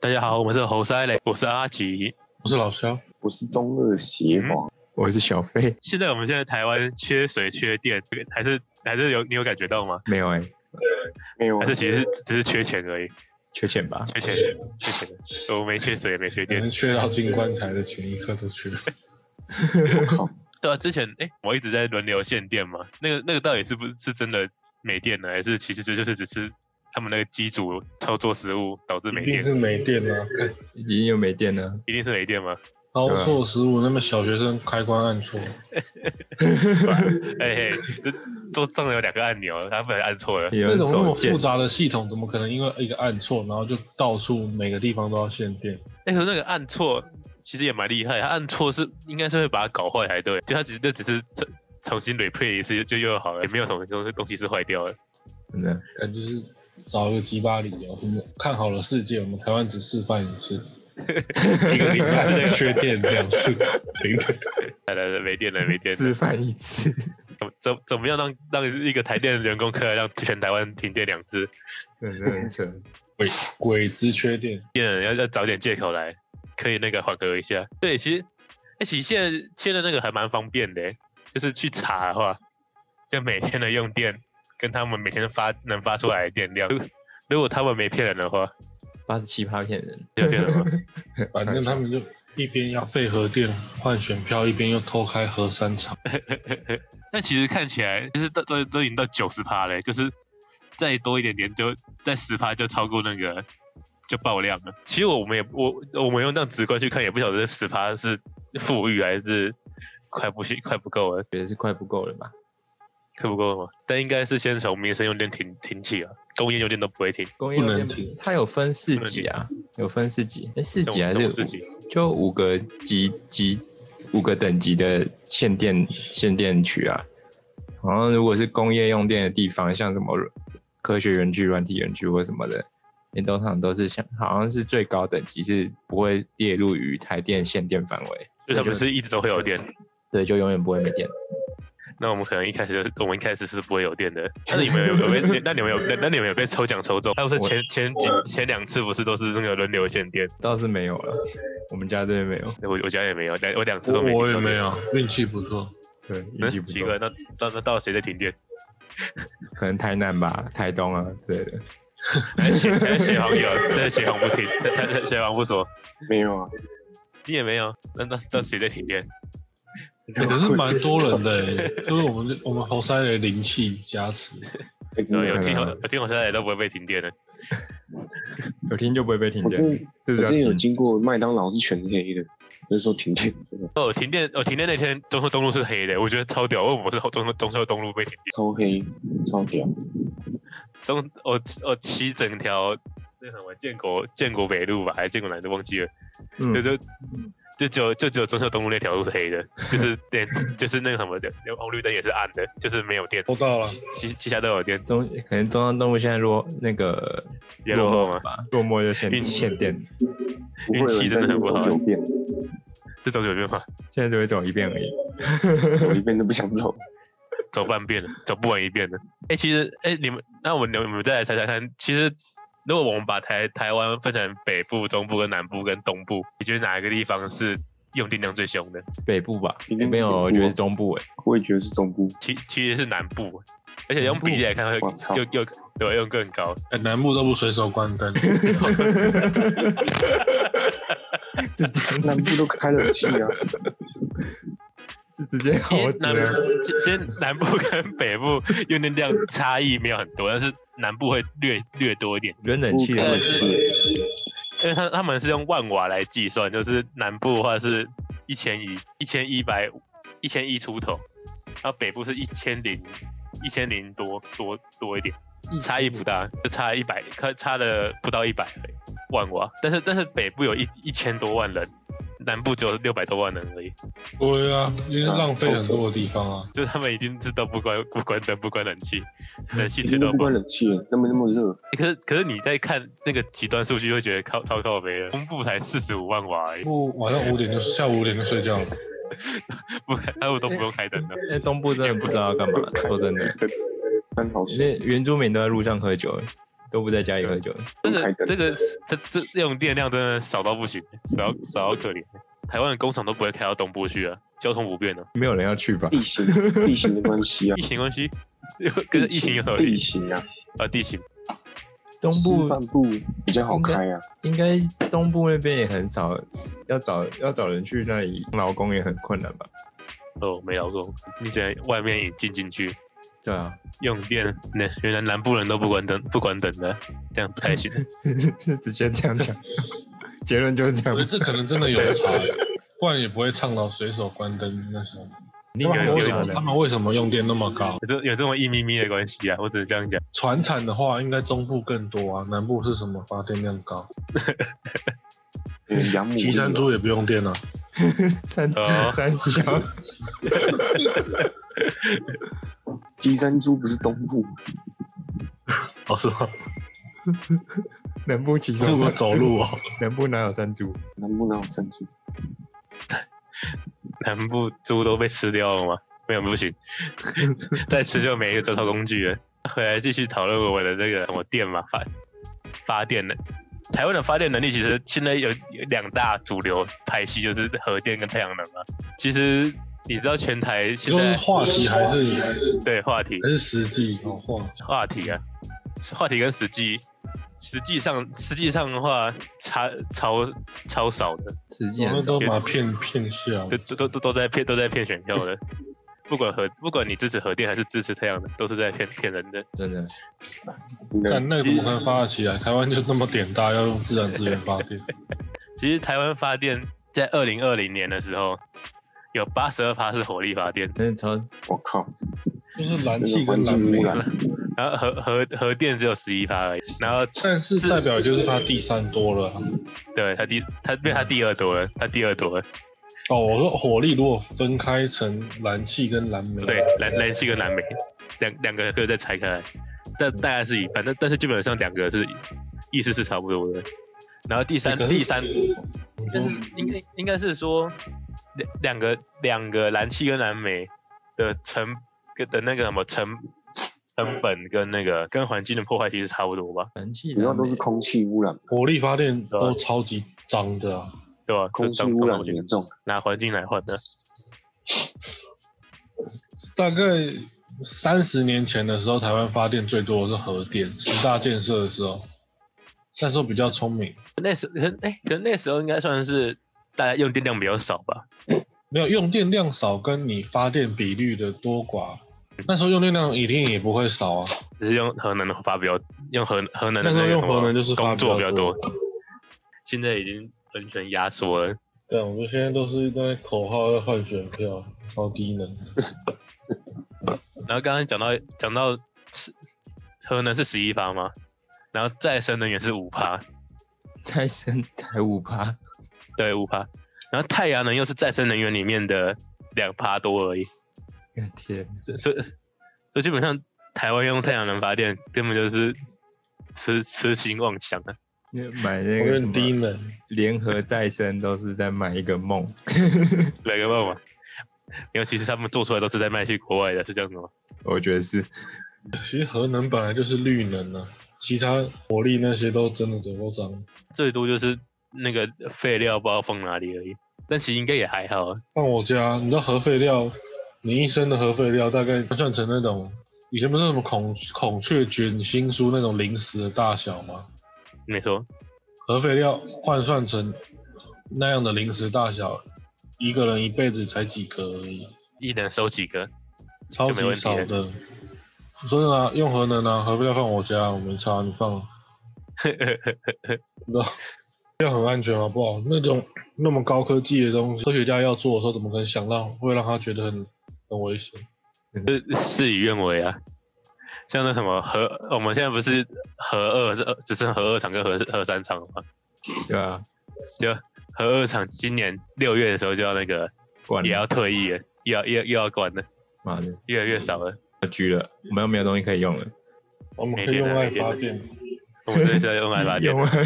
大家好，我们是猴塞雷，我是阿吉。我是老啊肖，我是中二嗯邪皇，我是小飞，现在我们现在台湾缺水缺电，这个还是还是有你有感觉到吗？没有哎、没有啊还是其实是只是缺钱而已，缺钱吧？缺钱缺钱，我们没缺水也没缺可电能。缺到进棺材的前一刻都缺。我靠， 对啊，之前哎、我一直在轮流限电嘛，那个那个到底是不是真的没电呢，还是其实这就是只是他们那个机组操作失误导致没一电定？是没电啦、啊，已经又没电 了，一定是没电吗？凹啊错十五，那么小学生开关按错，哎、嘿，这桌上有两个按钮，他不能按错了。也有那种那么手复贱。杂的系统，怎么可能因为一个按错，然后就到处每个地方都要限电？那哎时候那个按错其实也蛮厉害，他按错是应该是会把它搞坏才对，就他只是就只是重重新 replay 一次就又好了，也没有什么东西东西是坏掉的。真的，感觉就是找一个鸡巴理由，我们看好了世界，我们台湾只示范一 次，一个零看那个 缺电两次，停电。来来呃来没电了，没电了，示范一 次，怎怎么样让让一个台电的员工可以让全台湾停电两次？真的很扯。鬼鬼之缺电，电人要要找点借口来，可以那个缓和一下。对，其实哎、其实现在现在那个还蛮方便的，就是去查的话，就每天的用电跟他们每天发能发出来的电量，如如果他们没骗人的话，八十七趴骗人，就骗人吗？反正他们就一边要废核电换选票，一边又偷开核三厂。 但其实看起来，就是都都都已经到九十趴嘞，就是再多一点点就再十趴就超过那个就爆量了。其实我们也我我们用这样直观去看，也不晓得十趴是富裕还是快不行快不够了，觉得是快不够了吧？快不够了嘛。但应该是先从民生用电停停起啊，工业用电都不会停。工业不能用停电它有分四级啊，有分四级，哎，四这级种还这是种事情就五个级级五个等级的限电限电区啊。然后如果是工业用电的地方，像什么科学园区、软体园区或什么的，联动厂都是像好像是最高等级是不会列入于台电限电范围，就他们所以是一直都会有电。对就永远不会没电。那我们可能一开始就是我们一开始是不会有电的。那你们有有被？那你们有那那你们有被抽奖抽中？那不是前前几前两次不是都是那个轮流限电？倒是没有了，我们家这边没有，我我家也没有，两我两次都没。我也没。有，运气不错。对，运嗯气，不奇错，怪，那那那到底谁在停电？可能台南吧、台东啊之类的。还是协还是协航有，但是协航不停，但但但协航不说，没有啊，你也没有，那那那谁在停电？欸可是蛮多人 的、欸，就是我们我们猴塞的灵气加持，还哎真有的有听可我能啊有听我现在都不会被停电的，有听就不会被听我见之，前我是不是之要前有听？经过麦当劳是全黑的，那时候停电真的哦，停电，哦，停电那天中秋东路是黑的，我觉得超屌。为什么是中秋中秋东路被停电？超黑啊超屌，中我我骑整条那什么建国建国北路吧，还是建国南路忘记了，嗯就就就只有就只有中秋东路那条路是黑的，就是连 就是那个什么的，那个红绿灯也是暗的，就是没有电，抽到了，其其他都有电，中可能中央动物现在落那个也落后寞吗？吧，落寞就运嗯限气限电，不会有人在那边走九遍，是走九遍吗？现在只会走一遍而已。走一遍都不想走。走半遍了，走不完一遍了。哎、其实哎、你们那我们你们再来猜猜看，其实如果我们把台台湾分成北部、中部跟南部跟东部，你觉得哪一个地方是用电量最凶的？北部吧，一定是没有，北部我觉得啊是中部诶，欸我也觉得是中部，其其实是南部，而且用比例来看会我操又又对又更高。哎、南部都不随手关灯， 是 直接南部都开冷气啊，是直接其猴实子啊南了，其其实南部跟北部 用电量差异没有很多，但是南部会略略多一点。我觉得冷不气的开问冷题，气，因为他他们是用万瓦来计算，就是南部的话是一千一一千一百一千一出头，然后北部是一千零一千零多多多一点，差异不大，就差一百，可差了不到一百万瓦。但是但是北部有一一千多万人，南部只有六百多万人而已，对啊，因为浪费很多的地方啊。就是他们已经知道不关不关灯不关冷气，冷气已全经都都不关 关。冷气了，那么那么热，欸可是可是你在看那个极端数据，会觉得靠超靠北了，东部才四十五万瓦而已，不，晚上五点就下午五点就睡觉了，不他们都不用开灯的。那东部真的不知道要干嘛。说真的，但好那原住民都在路上喝酒，都不在家里喝酒。真开的，这灯个这这这种电量真的少到不行，少到少到可怜。台湾的工厂都不会开到东部去啊，交通不便的、没有人要去吧？地形地形的关系啊疫，情关系 跟疫情有合地理形啊，啊，地形东西半部部比较好开啊，应该东部那边也很少，要找要找人去那里劳工也很困难吧？哦没劳工，你只能外面引进进去对啊， 用电，那原来南部人都不关灯不关灯的，这样不太 行。是直接这样讲，结论就是我觉这得样。这可能真的有差、欸，不然也不会倡导随手关灯那种。你他有们有为点什么难他们为什么用电那么高？有这有这么一咪咪的关系啊，我只能这样讲。船产的话，应该中部更多啊，南部是什么发电量高？嗯养母岐山猪猪也不用电啊，三哦三小，岐山猪不是东部，哦是 吗？南部骑如手果山走路 哦，南部哪有山猪？南部哪有山猪？ 南部猪都被吃掉了吗？没有，不 行，再吃就没有交通工具了。回来继续讨论我们的这个什么电嘛发发电的。台湾的发电能力其实现在有有两大主流派系，就是核电跟太阳能啊。其实你知道全台现就是在话题还是对话题还是实际哦话题。话题啊，话题跟实际，实际上实际上的话差超超少的。实际我很们少。都把骗骗笑都，都都都都在骗都在骗选票的，不管核不管你支持核电还是支持太阳能，都是在骗骗人的。真的，那但那个怎么可能发得起来？台湾就那么点大，要用自然资源发 电，其实台湾发电在二零二零年的时候，有八十二趴是火力发电，真的超我靠，就是那燃个气跟啊环燃境煤污。染，然后核核核电只有十一趴而已，然后但是代表就是它第三多了啊、对它第它被它第二多了，它第二多了，哦，我说火力如果分开成燃气跟燃煤，啊对燃燃气跟燃煤两两个可以再拆开来，但大概是一半，但但是基本上两个是意思是差不多的。然后第三可是第三你但说是应该应该是说两两个两个燃气跟燃煤的成跟的那个什么成成本跟那个跟环境的破坏其实差不多吧，燃气主燃要煤，都是空气污染，火力发电都超级脏的啊，对吧？空气就当污当染很严重，拿环境来换的，大概三十年前的时候，台湾发电最多的是核电，十大建设的时候，那时候比较聪明，那时可哎、可能那时候应该算是大家用电量比较少吧，没有用电量少跟你发电比率的多寡，那时候用电量一定也不会少啊，只是用核能发比较用核核能的那时候那个用核能就是发工作比较多多，，现在已经完全压缩了。对，啊我们现在都是在口号要换选票，超低能的。然后刚刚讲到讲到是核能是十一趴吗？然后再生能源是五趴，再生才五趴， 对，五趴。然后太阳能又是再生能源里面的两趴多而已，天，所以所以所以基本上台湾用太阳能发电根本就是痴痴心妄想啊！因为买那我个什很么低能，联合再生都是在买一个梦， 哪个办法？因为其实他们做出来都是在卖去国外的，是这样子吗？我觉得是其实核能本来就是绿能啊，其他火力那些都真的足够脏。最多就是那个废料不知道放哪里而已，但其实应该也还好啊。像我家，你知道核废料，你一升的核废料大概换算成那种以前不是什么孔孔雀卷心酥那种零食的大小吗？没错，核废料换算成那样的零食大小，一个人一辈子才几颗而已，一人收几个？ 超级少就的。真的啊，用核能啊，核废料放我家，我没差，你放啊。那要很安全好不好？那种那么高科技的东西，科学家要做的时候，怎么可能想让会让他觉得很很危险？事与愿违啊。像那什么核，我们现在不是核二是只剩核二厂跟核核三厂了吗？对啊吧？就核二厂今年六月的时候就要那个管也要退役了，又要又又要关了，妈的，越来越少了。我们又没有东西可以用了，我们可以用爱啊发电，我们这是要买发电用，啊啊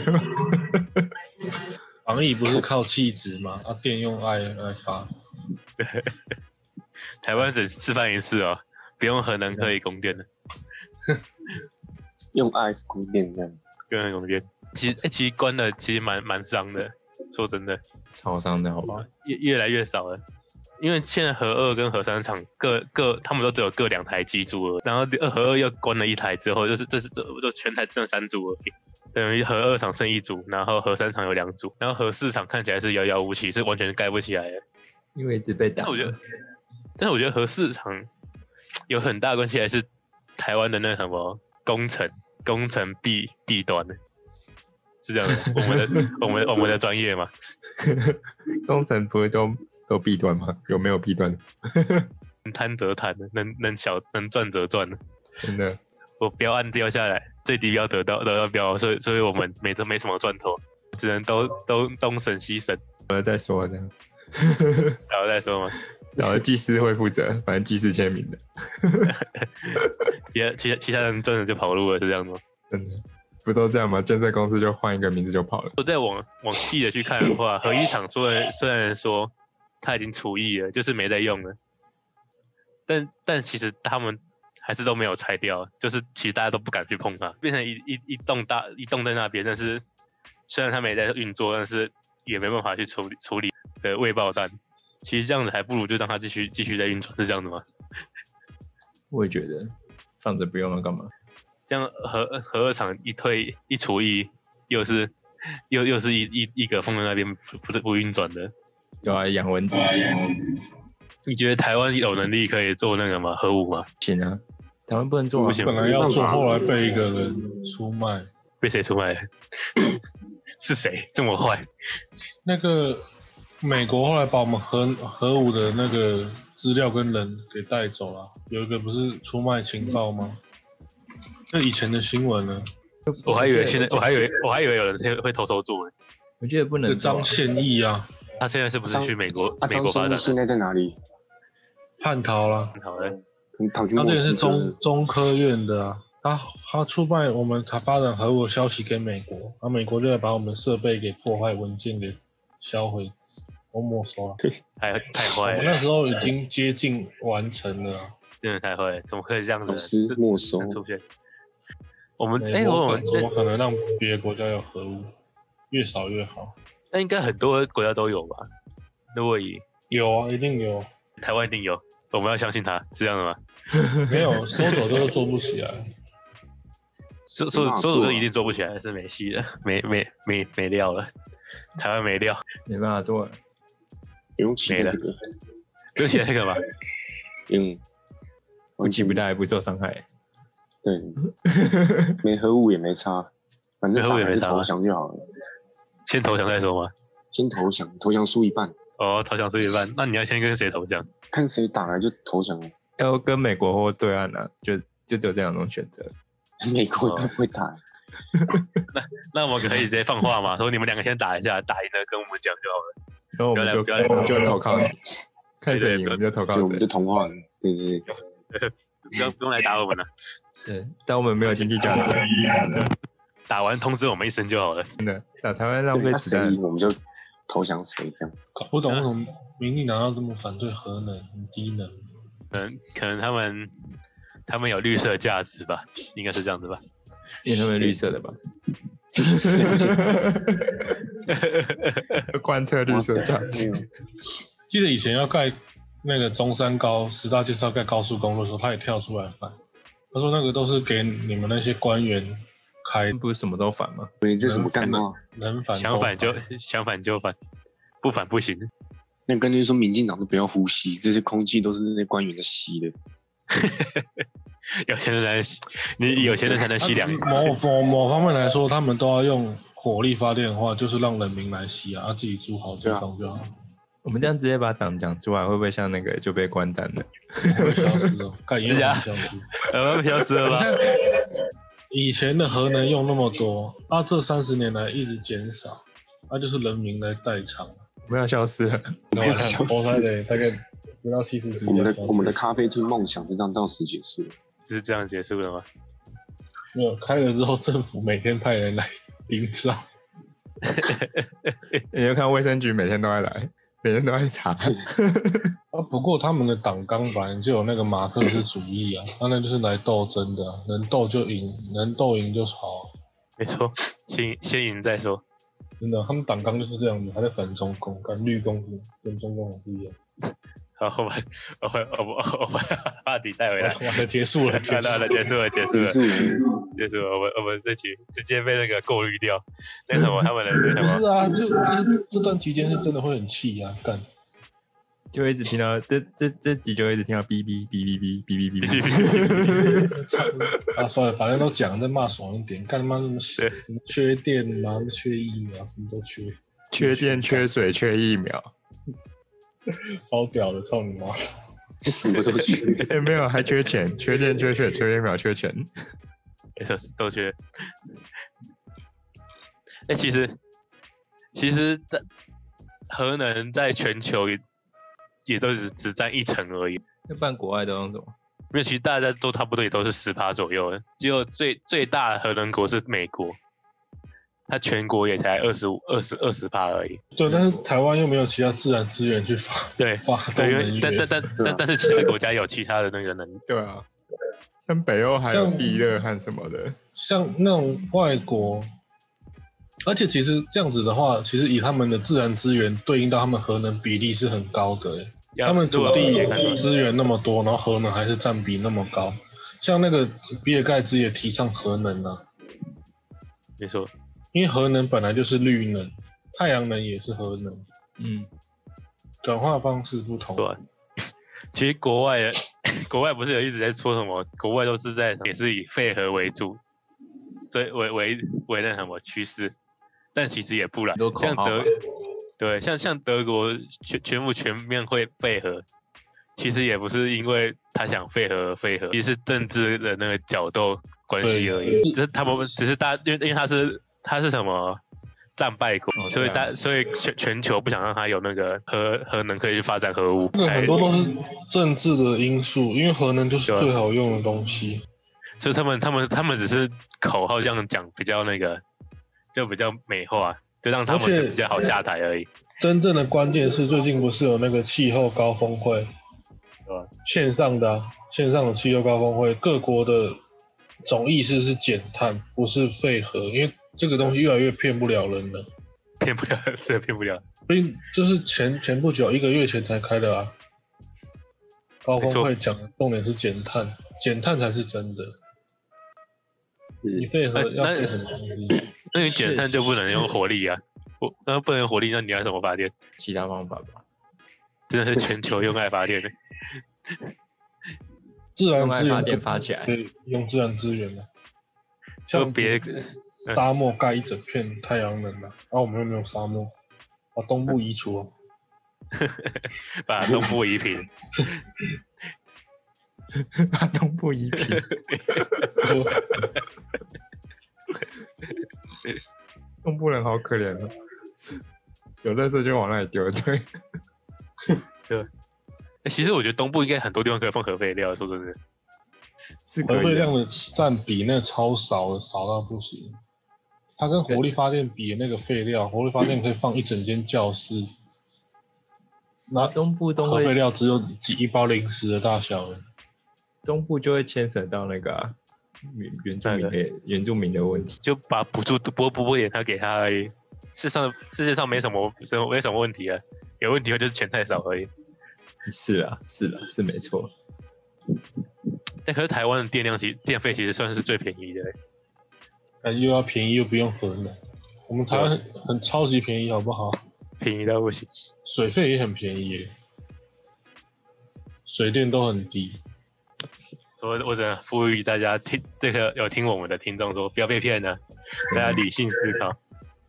防疫不是靠气质吗？啊，电用爱来发，台湾只示范一次哦，不用核能可以供电了。用 IF 供电这样，跟那种电，其实、欸、其实关了其实蛮蛮伤的，说真的，超商的好吧？越越来越少了。因为现在核二跟核三厂各各他们都只有各两台机组了，然后二核二又关了一台之后，就是这是这就全台只剩三组而已，等于核二厂剩一组，然后核三厂有两组，然后核四厂看起来是遥遥无期，是完全盖不起来的。因为一直被打但我觉得，但是我觉得核四厂有很大关系还是台湾的那什么工程工程弊弊端的，是这样的。我们的 我们我们的专业嘛， 工程不是都都弊端吗？有没有弊端？能贪则贪，能能小能赚则赚的。真的，我标案掉下来，最低标得到得到标，所以所以我们每次没什么赚头，只能都都东省西省，我再说这样。然后再说嘛。然后技师会负责，反正技师签名的，其他其他其他人赚了就跑路了，是这样吗？真的不都这样吗？建设公司就换一个名字就跑了。我再往往细的去看的话，核一厂虽然虽然说他已经除役了，就是没在用了，但但其实他们还是都没有拆掉，就是其实大家都不敢去碰它，变成一一一栋大一栋在那边，但是虽然它没在运作，但是也没办法去处理处理的未爆弹。其实这样子还不如就让它继续继续在运转，是这样的吗？我也觉得放着不用了干嘛？这样核核二厂一退一除役，又是又又是一一一个放在那边不不不运转的。用来养蚊子，你觉得台湾有能力可以做那个吗？核武吗？行啊，台湾不能做不啊，行，本来要做，后来被一个人出卖。被谁出 卖？是谁这么坏？那个美国后来把我们核核武的那个资料跟人给带走了，有一个不是出卖情报吗？那以前的新闻呢？我还以为现在，我我还以为我还以为有人会会偷偷做呢。我觉得不那个能做啊张宪义啊，他现在是不是张去美国？啊，美张国发松展义现在在哪里？叛逃啦，很好的，可能逃去他莫这个斯是科了。中中科院的啊，他他出卖我们，他发展核武的消息给美国，然后美国就来把我们的设备给破坏，文件给销毁，都没收了。太太我坏们了那，时候已经接近完成了啊。真的太坏了，怎么可以这样子呢？老师这没收这出现。我们哎、美我国们本怎么可能让别的国家有核武？越少越好。那应该很多国家都有吧？如果以有啊，一定 有。台湾一定有，我们要相信他，是这样的吗？没有收走就是做不起来。所没所办法所有做都啊一定做不起来，是没戏了，没没没没料了，台湾没料，没办法做啊，不用期待这个，就写那个嘛，嗯，不期不待，不受伤害。对，没核武也没差，反正没核武也打没完就差投降就好了。先投降再说嘛。先投降，投降输一半，哦，投降是一半，那你要先跟谁投降？看谁打来就投降。要跟美国或对岸啊，就就只有这两种选择。 美国应该不会打，那我们可以直接放话嘛，说你们两个先打一下，打赢了跟我们讲就好了。然后我不要们来就不要来我们就投靠你，看谁赢对对我们就投靠对，我谁们就。同化了。对对对，不要不用来打我们了，对，但我们没有经济价值，打完通知我们一声就好了。打台湾浪对，费那子弹谁。赢我们就投降谁这样。搞不懂为什么民进党要这么反对核能、低能？可能可能他们他们有绿色价值吧，应该是这样子吧。因为他们绿色的 吧，贯彻绿色价值。记得以前要盖那个中山高十大建设要盖高速公路的时候，他也跳出来反，他说那个都是给你们那些官员开，不是什么都反吗？对，这什嗯么干话？能反想反反就想反就反，不反不行。那干脆说民进党都不要呼吸，这些空气都是那些官员在吸的。有钱人才能吸，你有钱人才能吸两啊某某某方面来说，他们都要用火力发电的话，就是让人民来吸啊，啊自己租好地方就好，我们这样直接把党讲出来，会不会像那个就被关单的？不会消失 哦，盖也很消失。呃，不消失了吧？以前的核能用那么多，啊，这三十年来一直减少，那、就是人民来代偿。我们要消失了，那有啊消失我猜得大概不到七十几。我们的我们的咖啡厅梦想就这样到此结束了。就是这样结束了吗？没有开了之后，政府每天派人来盯梢，你就看卫生局每天都在来，每人都在 查。啊，不过他们的党纲本来就有那个马克思主义啊，他那就是来斗争的啊、能斗就赢，能斗赢就吵啊，没错，先先赢再说。真的啊，他们党纲就是这样子，还在反中共，跟绿共跟中共很不一样。好，我们我们我们我们把底带回来。完了，结束了，好结了束好了了，，结束了结束可了是我结束了，我们我们这局直接被那个过滤掉。那什么他们的那不什是 么， 啊，就就是这段期间是真的会很气呀、啊，干。就一直听到这这这集就一直听到哔哔哔哔哔哔哔哔，啊，算了，反正都讲，再骂爽一点，干他妈什么对什么缺电啊，什么缺疫苗，什么都缺， 缺电、缺水、缺疫 苗，超屌的，操你妈！什么都 去，哎、没有，还缺钱，缺电、缺水、缺疫苗、缺钱。都缺。哎、其实其实在核能在全球也也都只只占一成而已。那办国外都用什么？因为其实大家都差不多也都是十趴左右的，只有最最大的核能国是美国，它全国也才二十五、二十二十趴而已。对，但是台湾又没有其他自然资源去发 对发动对，因能为源，但但但啊但但是其他国家有其他的那个能，对啊，像北欧还有像地热和什么的，像那种外国，而且其实这样子的话，其实以他们的自然资源对应到他们核能比例是很高的、欸，他们如土果地也很多资源那么多，然后核能还是占比那么高，像那个比尔盖茨也提倡核能啊，没错，因为核能本来就是绿能，太阳能也是核能，嗯，转化方式不同。对啊其实国外的 国外不是有一直在说什么，国外都是在也是以废核为主，所以为为为那什么趋势，但其实也不然很多，口像号德嘛对像像德国全全部全面会废核，其实也不是因为他想废核而废核，也是政治的那个角斗关系对而已，只是他们只是大因为因为他是他是什么。战败国，哦所以对啊大，所以全全球不想让他有那个核核能可以去发展核武，那个才很多都是政治的因素，因为核能就是对最好用的东西。所以他们他们他们只是口号这样讲比较那个，就比较美化，就让他而们且就比较好下台而已。真正的关键是最近不是有那个气候高峰会，对吧线上的、啊、线上的气候高峰会，各国的总意识是减碳，不是废核，因为这个东西越来越骗不了人了。骗不了，这骗不了。所以就是前前不久一个月前才开的啊，高没峰错会讲的重点是减碳，减碳才是真的。你嗯，配合那要哎那配什么东西？那你减碳是就不能用火力啊，我那不能用火力，那你要怎么发电？其他方法吧。真的是全球用爱发 电的，自然用爱资发源电发起来 对，用自然资源啊，就像别嗯沙漠盖一整片太阳能啊，然后我们又没有沙漠，把东部移除啊，把东部移平。把东部移平，就东部人好可怜哦，有垃圾就往那里丢，对，欸其实我觉得东部应该很多地方可以放核废料，说真的，是可核废以料的。的占比那超少的，少到不行。它跟火力发电比那个废料，火力发电可以放一整间教室，那东部都核废会，料只有几一包零食的大小了。东部就会牵扯到那个啊原原住民的原住民的问题。就把补助拨拨一点他给他而已。世上世界上没什么什么没什么问题啊，有问题的就是钱太少而已。是啊，是啊，是没错。但可是台湾的电量其电费其实算是最便宜的、哎，又要便宜又不用核能，我们台湾很很超级便宜，好不好？便宜到不行。水费也很便宜耶，水电都很低。所以我只能呼吁大家听这个有听我们的听众说，不要被骗了，大家理性思考。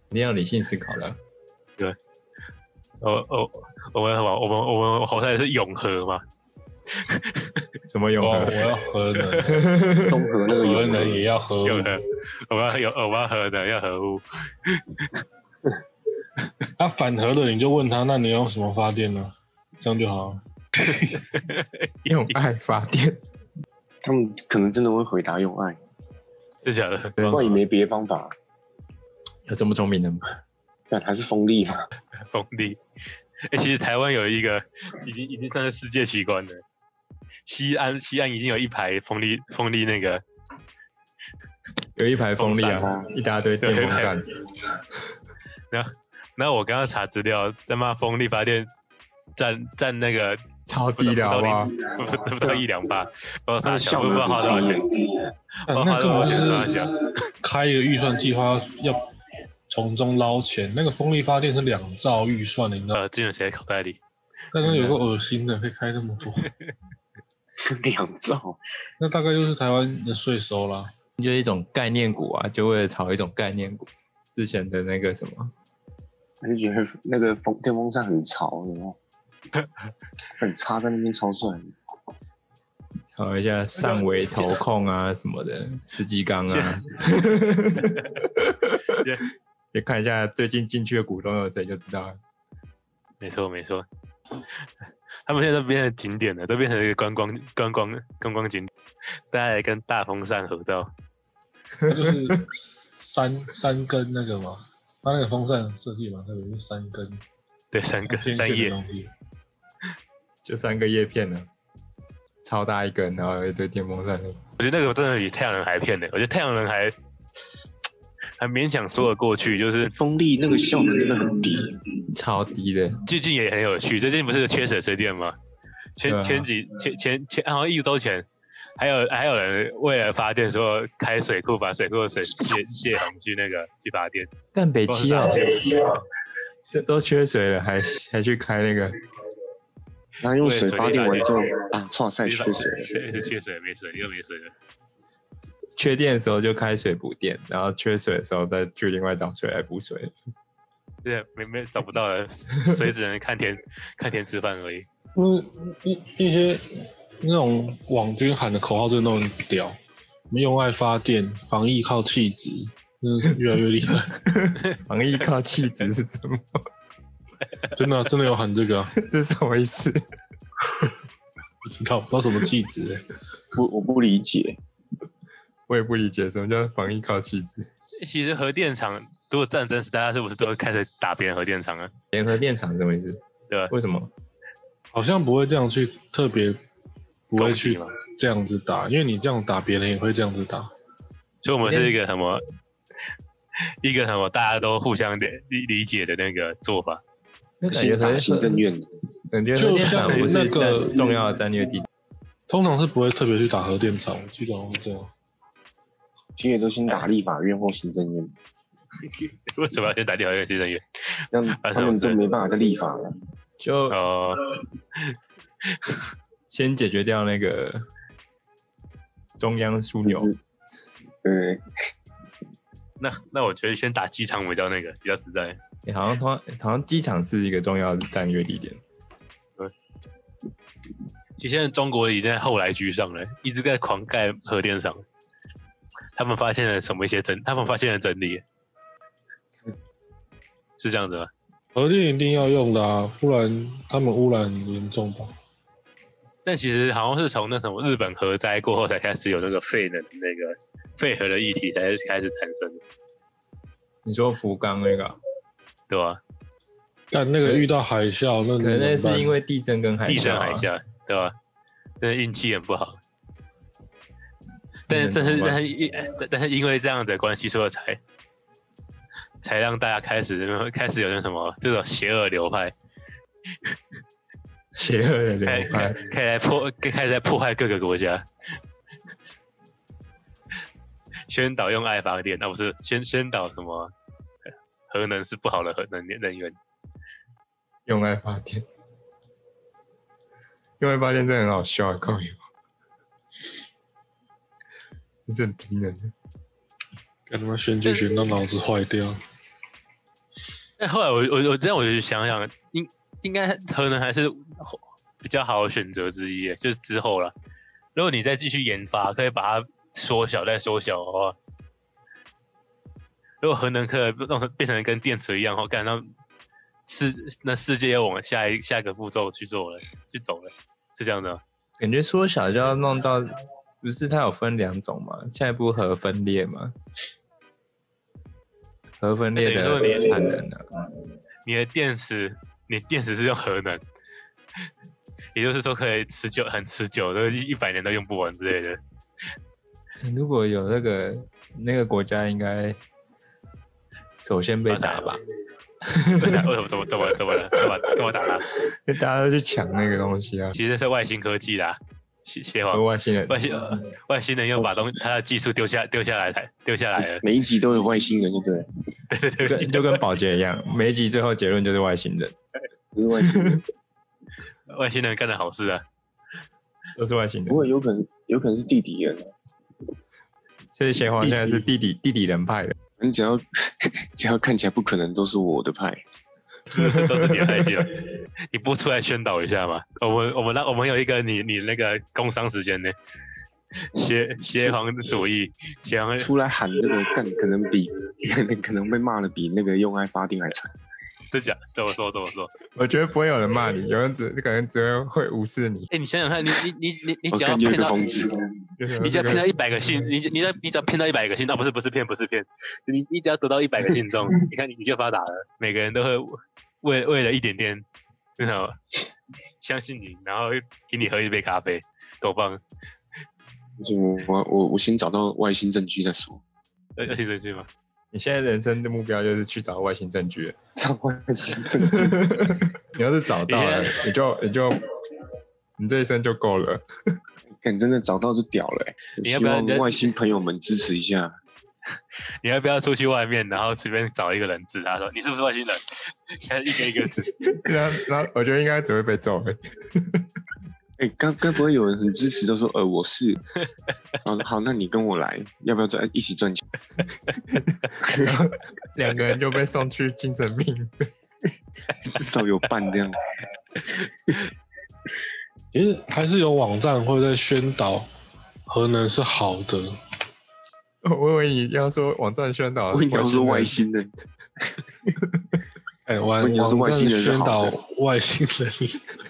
你要理性思考了。哦哦，我们好吧，我们我们好像是永和嘛，什么永哇，和哦我？要核 能，东河那个核有能也要核永武。和，我们要有我们要和的要和屋，他、反核的你就问他，那你用什么发电呢？这样就好了。用爱发电， 他们可能真的会回答用爱，是假的，不然也没别的方法，有这么聪明的吗？但还是风力嘛。风力。欸，其实台湾有一个已经已经算是世界奇观了。西安西安已经有一排风力风力那个，有一排风力风啊，一大堆电风扇，然后我刚刚查资料，他妈风力发电占占那个超低的好不好？不不不到一两八，不知道啊嗯它哦他的小效不率知道花多少钱，很低 不知道哎那花根多少本钱就抓一是下。开一个预算计划要从中捞钱。那个风力发电是两兆预算，你 知道吗？呃，进了谁的口袋里？但是有个恶心的，可以开那么多， 两兆，那大概就是台湾的税收啦。就是一种概念股啊，就为了炒一种概念股。之前的那个什么，我就觉得那个风电风扇很潮，然后很差，在那边超帅。炒一下上围投控啊什么的，世纪钢 啊 Yeah。也看一下最近进去的股东有谁就知道了。没错没错， 他们现在都变成景点了，都变成一个观光观光观光景点，大家来跟大风扇合照。就是三三根那个嘛，它那个风扇设计嘛，特别是三根对，三个天三线的叶，东西，就三个叶片呢，超大一根，然后有一堆电风扇。我觉得那个真的比太阳人还骗人。我觉得太阳人还还勉强说得过去，就是风力那个效能真的很低，超低的，最近也很有趣。最近不是缺水缺电吗？前、对啊前几前前前好像一周前，还有还有人为了发电说开水库，把水库的水泄泄洪去那个去发电。干北不知七道啊，是哪区这都缺水了，还还去开那个，然后用对水水发力电发完电之后啊，哇塞，缺水了，是缺水没水又没水了。缺电的时候就开水补电，然后缺水的时候再去另外找水来补水。 对，没没找不到了，所以只能看天看天吃饭而已。就是一一些那种网军喊的口号真的都很屌，什么用爱发电，防疫靠气质，真的是越来越厉害， 防疫靠气质是什么？真的啊、真的有喊这个、啊，这 是什么意思？不知道不知道什么气质、欸，不，我不理解。我也不理解什么叫防疫靠气质。其实核电厂如果战争时，大家是不是都会开始打别人核电厂啊？联合电厂是什么意思？对吧？为什么？好像不会这样去特别不会去攻击吗这样子打，因为你这样打别人也会这样子打，所以我们是一个什么一个什么大家都互相理理理解的那个做法。那感觉先打行政院的，感觉核电厂不是就像那个占重要的战略地点，通常是不会特别去打核电厂，我记得好像是这样。其实也都先打立法院或行政院，为什么要先打电话给行政院？这样他们就没办法再立法了。就哦、先解决掉那个中央枢纽就。是对，那那我觉得先打机场比较那个比较实在。欸好像通好像机场是一个重要的战略地点，其实现在中国已经在后来居上了，一直在狂盖核电厂。他们发现了什么一些真？他们发现了真理，是这样子吗？核电一定要用的啊，不然他们污染严重吧？但其实好像是从那什么日本核灾过后才开始有那个废能那个废核的议题才开始产生的，你说福冈那个啊，对吧、但那个对遇到海啸，那可能那是因为地震跟海地震啸、海啊，啸，对吧、真的运气很不好。但是，嗯但是，怎么办但是因，但但是因为这样的关系，所以才才让大家开始 开始有那什么这种邪恶流派，邪恶的开流开开派，始来破开始在破坏各个国家，宣导用爱发电，那、不是宣宣导什么核能是不好的核能能源，用爱发电，用爱发电真的很好笑、啊，靠友，你真的低能，跟他们选举选到脑子坏掉。但后来我我我这样我就想想，应应该核能还是后比较好的选择之一耶，就是之后了。如果你再继续研发，可以把它缩小再缩小的话，如果核能可以弄成变成跟电池一样的话，干那世那世界要往下一下一个步骤去做了，去走了，是这样的吗。感觉缩小就要弄到，不是它有分两种嘛，下一步核分裂嘛，核分裂那等于说的你产能啊，你的电池你电池是用核能， 也就是说可以持久很持久，就是一百年都用不完之类的。如果有那个那个国家，应该首先被打吧？真的 为什么怎么怎么怎么了？干嘛干嘛打他？因为大家都去抢那个东西啊，其实是外星科技啦，谢谢王。外星人。外星嗯 外星人又把东他的技术丢下丢下来台丢下 来了，每一集都有外星人，就对了，对对对跟对，就跟保洁一样，每一集最后结论就是外星人，不是外星人。 外星人干的好事啊！都是外星不人。过有可能，有可能是地底人啊。所以贤皇现在是地底地底人派的，你只要 只要看起来不可能，都是我的派。这这都是你的担心了，你不出来宣导一下吗？我们我们那我们有一个你你那个工伤时间呢，邪邪皇主义，邪皇出来喊这个干，可能比可能可能被骂的比那个用爱发电还惨。这讲怎么说怎么说？我觉得不会有人骂你，有人只可能只会会无视你。哎，你想想看，你你你你你我只要感觉骗一个到，疯子，就是 你只要这个骗到一百个信，你你只要你只要骗到一百个信，啊不是不是骗不是骗，你你只要得到一百个信中，你看你你就发达了，每个人都会为为了一点点，那什么相信你，然后请你喝一杯咖啡，多棒！不行我我我我先找到外星证据再说。 要要听这句吗？你现在人生的目标就是去找外星证据。找外星证据， 你要是找到了你，你就你就你这一生就够了。看真的找到就屌了、欸。你要希不要望外星朋友们支持一下。你要不要出去外面，然后随便找一个人指他说你是不是外星人？开始一个一个指，然后然后我觉得应该只会被揍而已。哎、该该不会有人很支持，都说呃我是，好好，那你跟我来，要不要再一起赚钱？ 然后两个人就被送去精神病。至少有半这样。其实还是有网站会在宣导核能是好的， 我以为你要说网站宣导，我跟你要说外人星人，哎、网问你是网外站星人是宣好导的外星 人，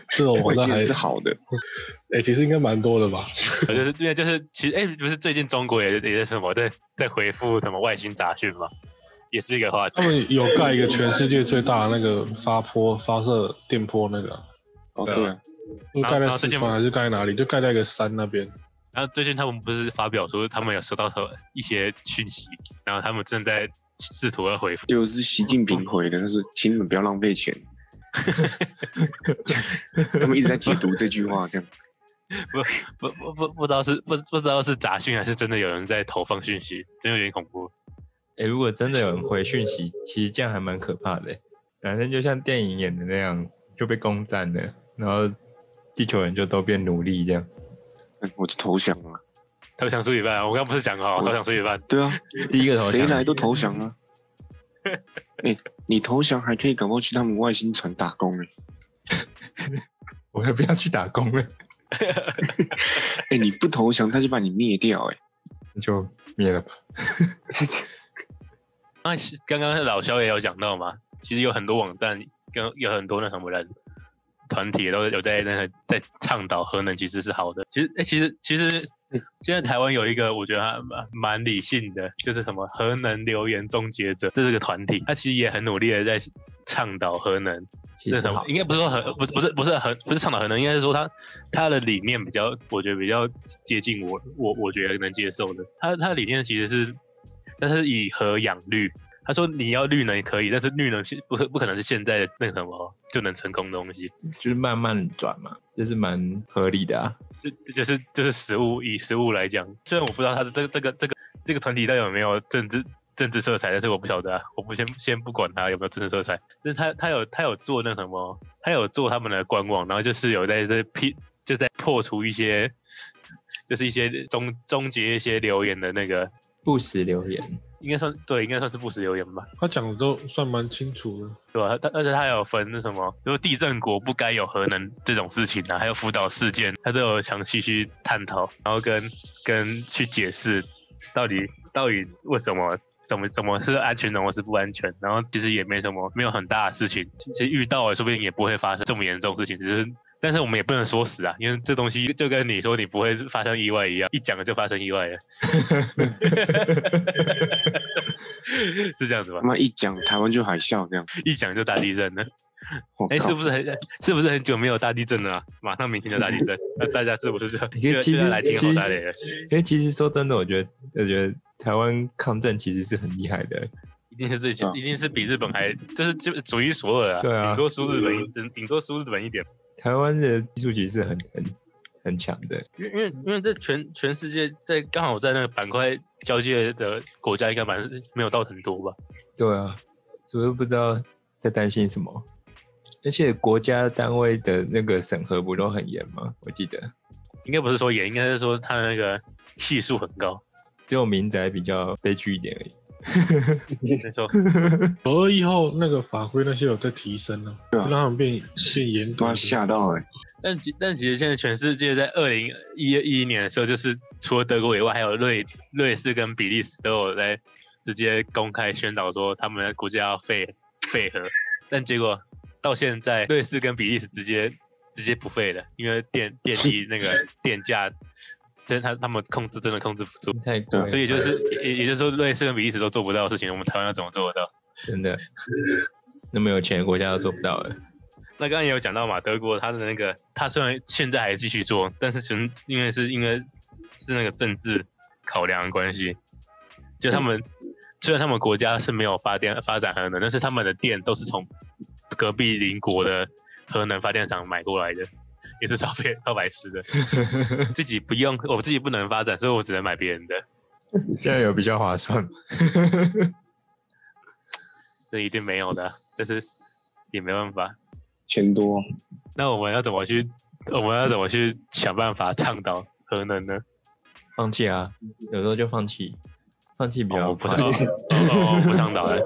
这种外网站哦星还人是好的。哎、其实应该蛮多的吧？就是对，就是其实哎、不是最近中国也也是什么在在回复什么外星杂讯吗？也是一个话题。他们有盖一个全世界最大的那个发波发射电波那个啊、哦，对啊对啊，就然后盖在然后四最近川还是盖在哪里？就盖在一个山那边。然后最近他们不是发表说他们有收到什么一些讯息，然后他们正在试图要回复。就是习近平回的，就是请你们不要浪费钱。 他们一直在解读这句话，这样不不不不知道是不不知道是杂讯还是真的有人在投放讯息，真有点恐怖。哎、如果真的有人回讯息，其实这样还蛮可怕的欸。反正就像电影演的那样，就被攻占了，然后地球人就都变奴隶这样。嗯我就投降了。投降输一半啊，我刚不是讲好我投降输一半，对啊， 第一个投谁降，来都投降啊。哎、你投降还可以赶快去他们外星船打工呢。我要不要去打工了？哎、你不投降，他就把你灭掉、哎， 那就灭了吧。那啊是刚刚老肖也有讲到嘛，其实有很多网站跟有很多那什么人团体都有在那个在倡导核能其实是好的。其实，哎、其实其实现在台湾有一个我觉得还蛮蛮理性的，就是什么核能留言终结者，这是个团体，他其实也很努力的在倡导核能。其那实什么好，应该不是说核，不不是不是核，不是倡导核能，应该是说他他的理念比较，我觉得比较接近我我我觉得能接受的。他他的理念其实是，但是以核养绿。他说你要绿能也可以，但是绿能是不可不可能是现在的那个什么就能成功的东西。就是慢慢转嘛，这是蛮合理的啊。这这就是就是食物，以食物来讲，虽然我不知道他的这个这个这个这个团体到底有没有政治政治色彩，但是我不晓得啊，我不先先不管他有没有政治色彩，但是他他有他有做那什么，他有做他们的官网，然后就是有在这批就在破除一些，就是一些终终结一些留言的那个，不时留言，应该算对，应该算是不实留言吧。他讲的都算蛮清楚的。对吧、他而且他还有分那什么，就是地震国不该有核能这种事情啊，还有福岛事件，他都有详细去探讨，然后跟跟去解释到底到底为什么。怎么怎么是安全，怎么是不安全？然后其实也没什么，没有很大的事情，其实遇到了，说不定也不会发生这么严重的事情。只是，但是我们也不能说死啊，因为这东西就跟你说你不会发生意外一样，一讲就发生意外了， 是这样子吧他？妈一讲台湾就海啸这样。一讲就大地震了。我哎、靠是不是很 是不是很久没有大地震了啊、马上明天就大地震，那大家是不是就其实就其就实要来听好大雷了？ 因为其实说真的，我觉得我觉得台湾抗战其实是很厉害的，一定是最强，嗯一定是比日本还就是就数一数二啊，对啊顶多输日本一，顶顶多输日本一点。台湾的技术其实是很很很强的。因为因为因为这全全世界在刚好在那个板块交界的国家，应该蛮没有到很多吧？对啊，所以我都不知道在担心什么。而且国家单位的那个审核不都很严吗？我记得应该不是说也，应该是说它的那个系数很高。只有民宅比较悲剧一点而已。没错，九二一后那个法规那些有在提升呢、就让他们变变严都格嗯要一点。吓到哎、但其但其实现在全世界在二零一一一年的时候，就是除了德国以外，还有瑞瑞士跟比利时都有在直接公开宣导说他们的国家要废废核，但结果到现在瑞士跟比利时直接直接不废了，因为电电力那个电价，真他他们控制真的控制不住，太贵了，所以就是也也就是说瑞士跟比利时都做不到的事情，我们台湾要怎么做得到？真的，那么有钱的国家都做不到了。那刚刚也有讲到嘛，德国它的那个，它虽然现在还继续做，但是全因为是因为是那个政治考量的关系，就他们、虽然他们国家是没有发电发展核能，但是他们的电都是从隔壁邻国的核能发电厂买过来的，也是超别超白痴的，自己不用，我自己不能发展，所以我只能买别人的，这样有比较划算吗？这一定没有的啊，但是也没办法。钱多那我们要怎么去？我们要怎么去想办法倡导核能呢？放弃啊，有时候就放弃，放弃比哦，较我不快。倡导，哦 哦，我不倡导了，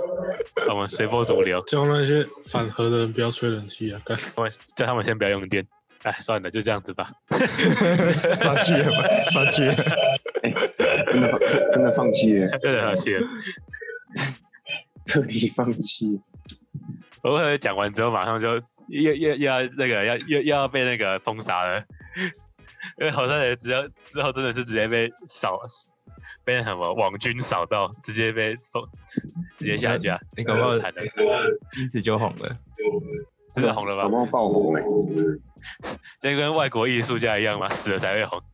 我们随波逐流，叫那些反核的人不要吹冷气啊！干叫他们先不要用电。哎，算了，就这样子吧。 放弃了吧，放弃了。真的放真真的放弃了，真的很气了。彻底放弃。我可能讲完之后，马上就又又又要那个要又又要被那个封杀了， 因为好像也只要之后真的是直接被扫，被那什么网军扫到，直接被封，直接下架。 你搞不好惨了，因此就红了。真的红了搞吧不？好爆红哎、就跟外国艺术家一样嘛，死了才会红。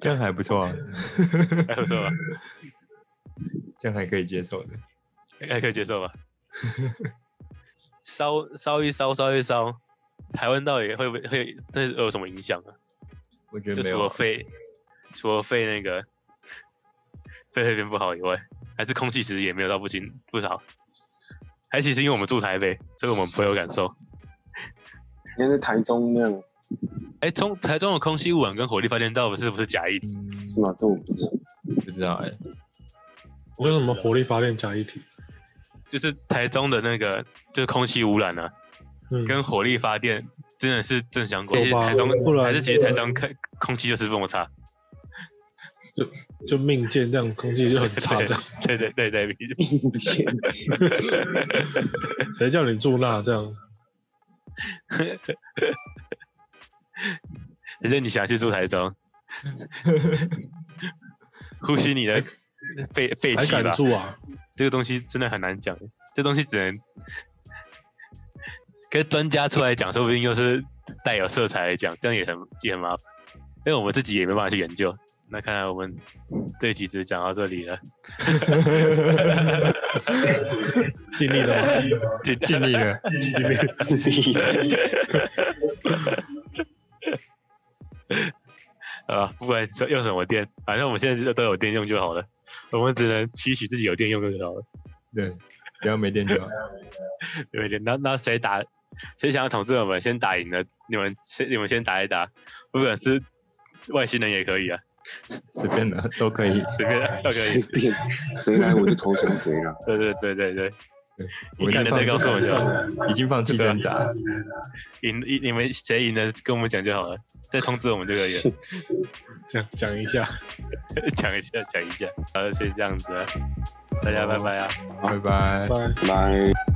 这样还不错、啊，还不错吧？这样还可以接受的。应哎该可以接受吧？ 烧烧一烧，烧一烧，台湾到底会不会会对有什么影响啊？我觉就得没除有了啊，肺，除了肺那个肺会变不好以外，还是空气其实也没有到不行不好。还其实因为我们住台北，所以我们颇有感受。应该是台中那样哎，从台中的空气污染跟火力发电到底是不是假议题？嗯，是吗？这我不知道。不知道哎、我叫什么火力发电假一体？就是台中的那个就是空气污染啊，嗯，跟火力发电真的是正相关。其实有吧台中不然还是其实台中空空气就是这么差。就命贱这样，空气就很差 这样。对对对对，比 钱谁叫你住那这样？可是你想去住台中，呼吸你的废废还气敢吧？住啊？这个东西真的很难讲，这东西只能跟专家出来讲，说不定又是带有色彩来讲，这样也很也很麻烦，因为我们自己也没办法去研究。那看来我们这一集只讲到这里了，尽力了吗？尽 尽力了。 啊，不管说用什么电，反正我们现在都有电用就好了，我们只能期许自己有电用就好了。对，不要没电就好。有一点。那那谁打，谁想要统治我们，先打赢了，你们先你们先打一打，不管是外星人也可以啊，随便的都可以。随便啊都可随以。便谁来我就投降谁了。 对对对对对，你我已赢经了放再告诉我就好，已经放弃挣扎，赢赢你们谁赢了跟我们讲就好了，再通知我们就可以了。讲讲一下， 讲一下讲一下，好，先这样子啊，大家拜拜啊。拜拜。拜。来。